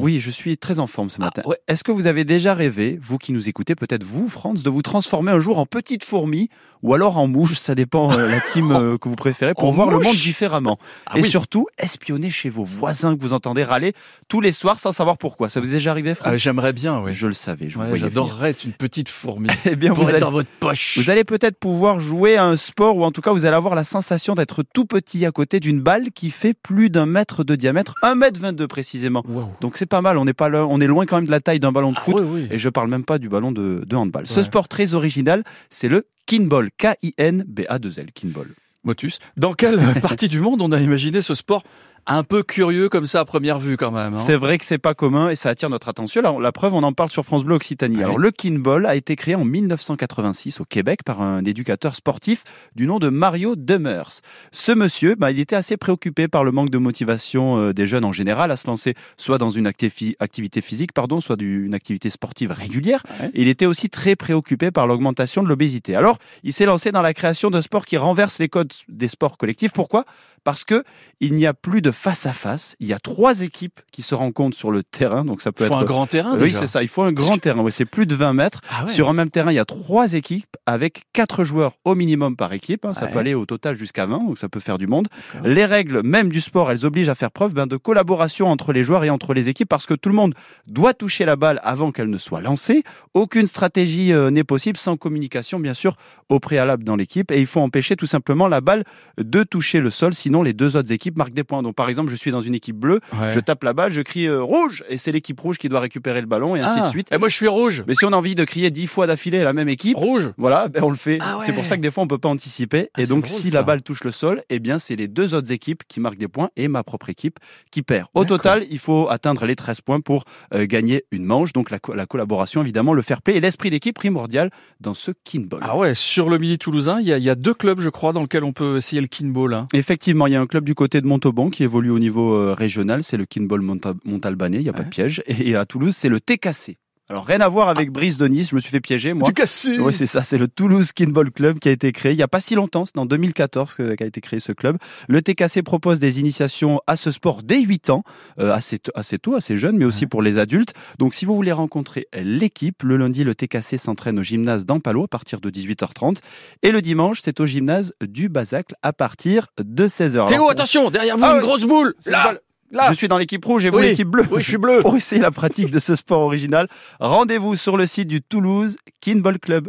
Oui, je suis très en forme ce Ah, matin. ouais. Est-ce que vous avez déjà rêvé, vous qui nous écoutez, peut-être vous, Franz, de vous transformer un jour en petite fourmi ou alors en mouche, ça dépend euh, la team euh, que vous préférez, pour En voir le monde mouche différemment. Ah Et oui. surtout, espionner chez vos voisins que vous entendez râler tous les soirs sans savoir pourquoi. Ça vous est déjà arrivé, Franz Ah, J'aimerais bien, oui. Je le savais, je vous Ouais, voyais J'adorerais être une petite fourmi. venir. Eh bien, pour vous être allez, dans votre poche. vous allez peut-être pouvoir jouer à un sport ou en tout cas, vous allez avoir la sensation d'être tout petit à côté d'une balle qui fait plus d'un mètre de diamètre, un mètre 22 précisément. Waouh. Donc c'est pas mal, on est, pas là- on est loin quand même de la taille d'un ballon de foot. Oui, oui. Et je parle même pas du ballon de, de handball. Ce Ah Ouais. sport très original, c'est le kinball. K-I-N-B-A-2-L, kinball. Motus. Dans quelle partie du monde on a imaginé ce sport un peu curieux comme ça à première vue quand même hein C'est vrai que c'est pas commun et ça attire notre attention. La, la preuve, on en parle sur France Bleu Occitanie. Ouais. Alors, le kinball a été créé en 1986 au Québec par un éducateur sportif du nom de Mario Demers. Ce monsieur, bah, il était assez préoccupé par le manque de motivation euh, des jeunes en général à se lancer soit dans une actifi- activité physique, pardon, soit du- une activité sportive régulière. Ouais. Et Il était aussi très préoccupé par l'augmentation de l'obésité. Alors, il s'est lancé dans la création d'un sport qui renverse les codes des sports collectifs. Pourquoi Parce que il n'y a plus de face à face. Il y a trois équipes qui se rencontrent sur le terrain, donc ça peut Faut être. un grand terrain. oui, déjà. c'est ça. Il faut un grand Parce terrain. Ouais, c'est plus de 20 mètres. Ah ouais. Sur un même terrain, il y a trois équipes avec quatre joueurs au minimum par équipe. hein. Ça Ah Ouais. peut aller au total jusqu'à 20, donc ça peut faire du monde. D'accord. Les règles même du sport, elles obligent à faire preuve ben, de collaboration entre les joueurs et entre les équipes parce que tout le monde doit toucher la balle avant qu'elle ne soit lancée. Aucune stratégie euh, n'est possible sans communication, bien sûr, au préalable dans l'équipe. Et il faut empêcher tout simplement la balle de toucher le sol, sinon les deux autres équipes marquent des points. Donc par exemple, je suis dans une équipe bleue, Ouais. je tape la balle, je crie euh, rouge, et c'est l'équipe rouge qui doit récupérer le ballon, et ainsi Ah. de suite. Et moi je suis rouge. Mais si on a envie de crier dix fois d'affilée à la même équipe, Rouge. voilà, ben on le fait. Ah ouais. C'est pour ça que des fois on peut pas anticiper. Ah, et c'est donc drôle, si ça. la balle touche le sol, eh bien c'est les deux autres équipes qui marquent des points et ma propre équipe qui perd. Au D'accord. total, il faut atteindre les 13 points pour euh, gagner une manche. Donc la, co- la collaboration, évidemment, le fair play et l'esprit d'équipe primordial dans ce kinball. Ah ouais, sur le midi toulousain, il y, a- il y a deux clubs, je crois, dans lesquels on peut essayer le kinball. hein. Effectivement, il y a un club du côté de Montauban qui évolue au niveau euh, régional, c'est le Kinball Monta- Montalbanais, il n'y a pas Ouais. de piège. Et, et à Toulouse, c'est le TKC. Alors rien à voir Ah. avec Brise de Nice, je me suis fait piéger moi. Tu cassé Oui, c'est ça, c'est le Toulouse Kinball Club qui a été créé il n'y a pas si longtemps, c'est en 2014 que- qu'a été créé ce club. Le TKC propose des initiations à ce sport dès 8 ans, euh, assez, tôt- assez tôt, assez jeune, mais aussi pour les adultes. Donc si vous voulez rencontrer l'équipe, le lundi, le TKC s'entraîne au gymnase d'Ampalo à partir de 18h30 et le dimanche, c'est au gymnase du Basacle à partir de 16h. Théo, Alors, attention, derrière vous, Ah une ouais. grosse boule c'est Là pas- Là Je suis Oh. dans l'équipe rouge et vous Oui. l'équipe bleue. Oui, je suis bleu Pour essayer la pratique de ce sport original, rendez-vous sur le site du Toulouse Kinball Club.